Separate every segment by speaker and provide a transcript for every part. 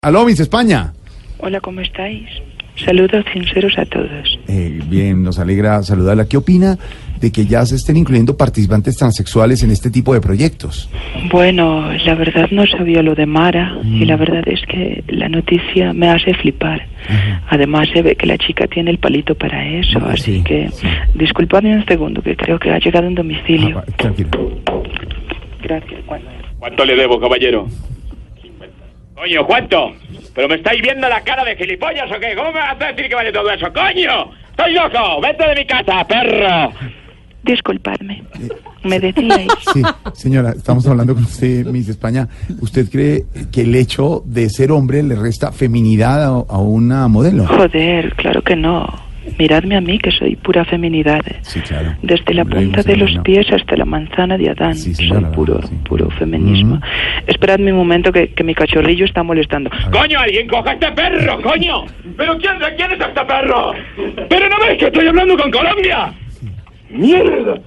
Speaker 1: Aló, Miss España.
Speaker 2: Hola, ¿cómo estáis? Saludos sinceros a todos.
Speaker 1: Eh, bien, nos alegra saludarla. ¿Qué opina de que ya se estén incluyendo participantes transexuales en este tipo de proyectos?
Speaker 2: Bueno, la verdad no sabía lo de Mara y
Speaker 1: Mm.
Speaker 2: la verdad es que la noticia me hace flipar. Además se ve que la chica tiene el palito para eso,
Speaker 1: Ah,
Speaker 2: así
Speaker 1: sí,
Speaker 2: que
Speaker 1: sí.
Speaker 2: disculpadme un segundo que creo que ha llegado un domicilio.
Speaker 1: Ah, va, tranquila.
Speaker 2: Gracias. Bueno.
Speaker 3: ¿Cuánto le debo, caballero? 50. Coño, ¿cuánto? ¿Pero me estáis viendo la cara de gilipollas o qué? ¿Cómo me vas a decir que vale todo eso? ¡Coño! ¡Estoy loco! ¡Vete de mi casa, perro!
Speaker 2: Disculpadme. Me decíais.
Speaker 1: Sí, señora, estamos hablando con usted, Miss España. ¿Usted cree que el hecho de ser hombre le resta feminidad a, a una modelo?
Speaker 2: Joder, claro que no. Miradme a mí que soy pura feminidad.
Speaker 1: Sí, claro.
Speaker 2: Desde la
Speaker 1: Hombre,
Speaker 2: punta
Speaker 1: una
Speaker 2: de los
Speaker 1: señora.
Speaker 2: pies hasta la manzana de Adán.
Speaker 1: Sí,
Speaker 2: soy
Speaker 1: señora,
Speaker 2: puro,
Speaker 1: sí.
Speaker 2: puro feminismo.
Speaker 1: Ujú.
Speaker 2: Esperadme un momento que, que mi cachorrillo está molestando.
Speaker 3: ¡Coño, alguien coja a este perro, coño! ¿Pero quién, quién es este perro? ¡Pero no ves que estoy hablando con Colombia! ¡Mierda!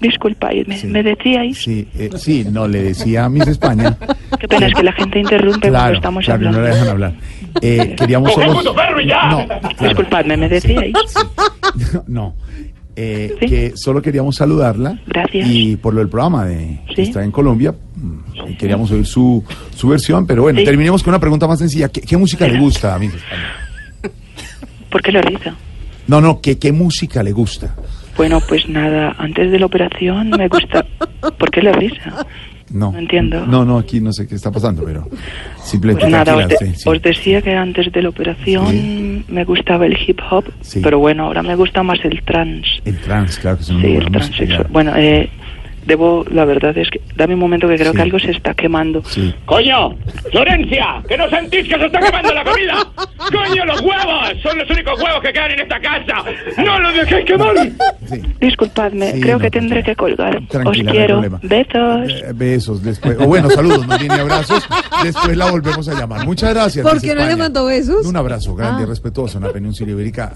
Speaker 2: Disculpadme,
Speaker 1: Sí.
Speaker 2: eh, me decíais.
Speaker 1: Sí, eh, sí, no, le decía a Miss España.
Speaker 2: Qué pena es que la gente interrumpe cuando
Speaker 1: Claro,
Speaker 2: estamos
Speaker 1: claro, no
Speaker 2: hablando.
Speaker 1: la dejan hablar. Eh, queríamos
Speaker 3: ¡Coge el
Speaker 1: solo...
Speaker 3: puto perro y ya!
Speaker 1: No, claro.
Speaker 2: Disculpadme, me decíais.
Speaker 1: No. Eh,
Speaker 2: Sí.
Speaker 1: Que solo queríamos saludarla.
Speaker 2: Gracias.
Speaker 1: Y por lo del programa de que
Speaker 2: Sí.
Speaker 1: está en Colombia. mm, y Queríamos oír su, su versión, pero bueno,
Speaker 2: Sí.
Speaker 1: terminemos con una pregunta más sencilla. ¿Qué, qué música le
Speaker 2: Venga.
Speaker 1: gusta, amigo?
Speaker 2: ¿Por qué lo hizo?
Speaker 1: No, no, ¿qué, qué música le gusta?
Speaker 2: Bueno, pues nada, antes de la operación me gusta... ¿Por qué la risa?
Speaker 1: No.
Speaker 2: No entiendo.
Speaker 1: No, no, aquí no sé qué está pasando, pero simplemente
Speaker 2: Pues nada, os,
Speaker 1: tranquila,
Speaker 2: de-
Speaker 1: sí, sí.
Speaker 2: os decía que antes de la operación
Speaker 1: Sí.
Speaker 2: me gustaba el hip hop,
Speaker 1: Sí.
Speaker 2: pero bueno, ahora me gusta más el trans.
Speaker 1: El trans, claro que es una
Speaker 2: sí,
Speaker 1: muy
Speaker 2: el
Speaker 1: buena música,
Speaker 2: transexual.
Speaker 1: claro.
Speaker 2: Bueno, eh, debo, la verdad es que, dame un momento que creo
Speaker 1: Sí.
Speaker 2: que algo se está quemando.
Speaker 1: Sí.
Speaker 3: ¡Coño! ¡Florencia! ¡Que no sentís que se está quemando la comida! ¡Coño, los huevos! ¡Son los únicos huevos que quedan en esta casa! ¡No los dejéis quemar!
Speaker 1: sí.
Speaker 2: Disculpadme,
Speaker 1: Sí,
Speaker 2: creo
Speaker 1: no, tranquila.
Speaker 2: que tendré que colgar.
Speaker 1: Tranquila, no
Speaker 2: os
Speaker 1: hay
Speaker 2: quiero.
Speaker 1: problema.
Speaker 2: Besos.
Speaker 1: Eh, besos después, o bueno, saludos, más bien y abrazos. Después la volvemos a llamar. Muchas gracias.
Speaker 4: ¿Por
Speaker 1: Miss
Speaker 4: qué no le
Speaker 1: España.
Speaker 4: mandó besos?
Speaker 1: Un abrazo grande,
Speaker 4: Ah.
Speaker 1: respetuoso en la península ibérica.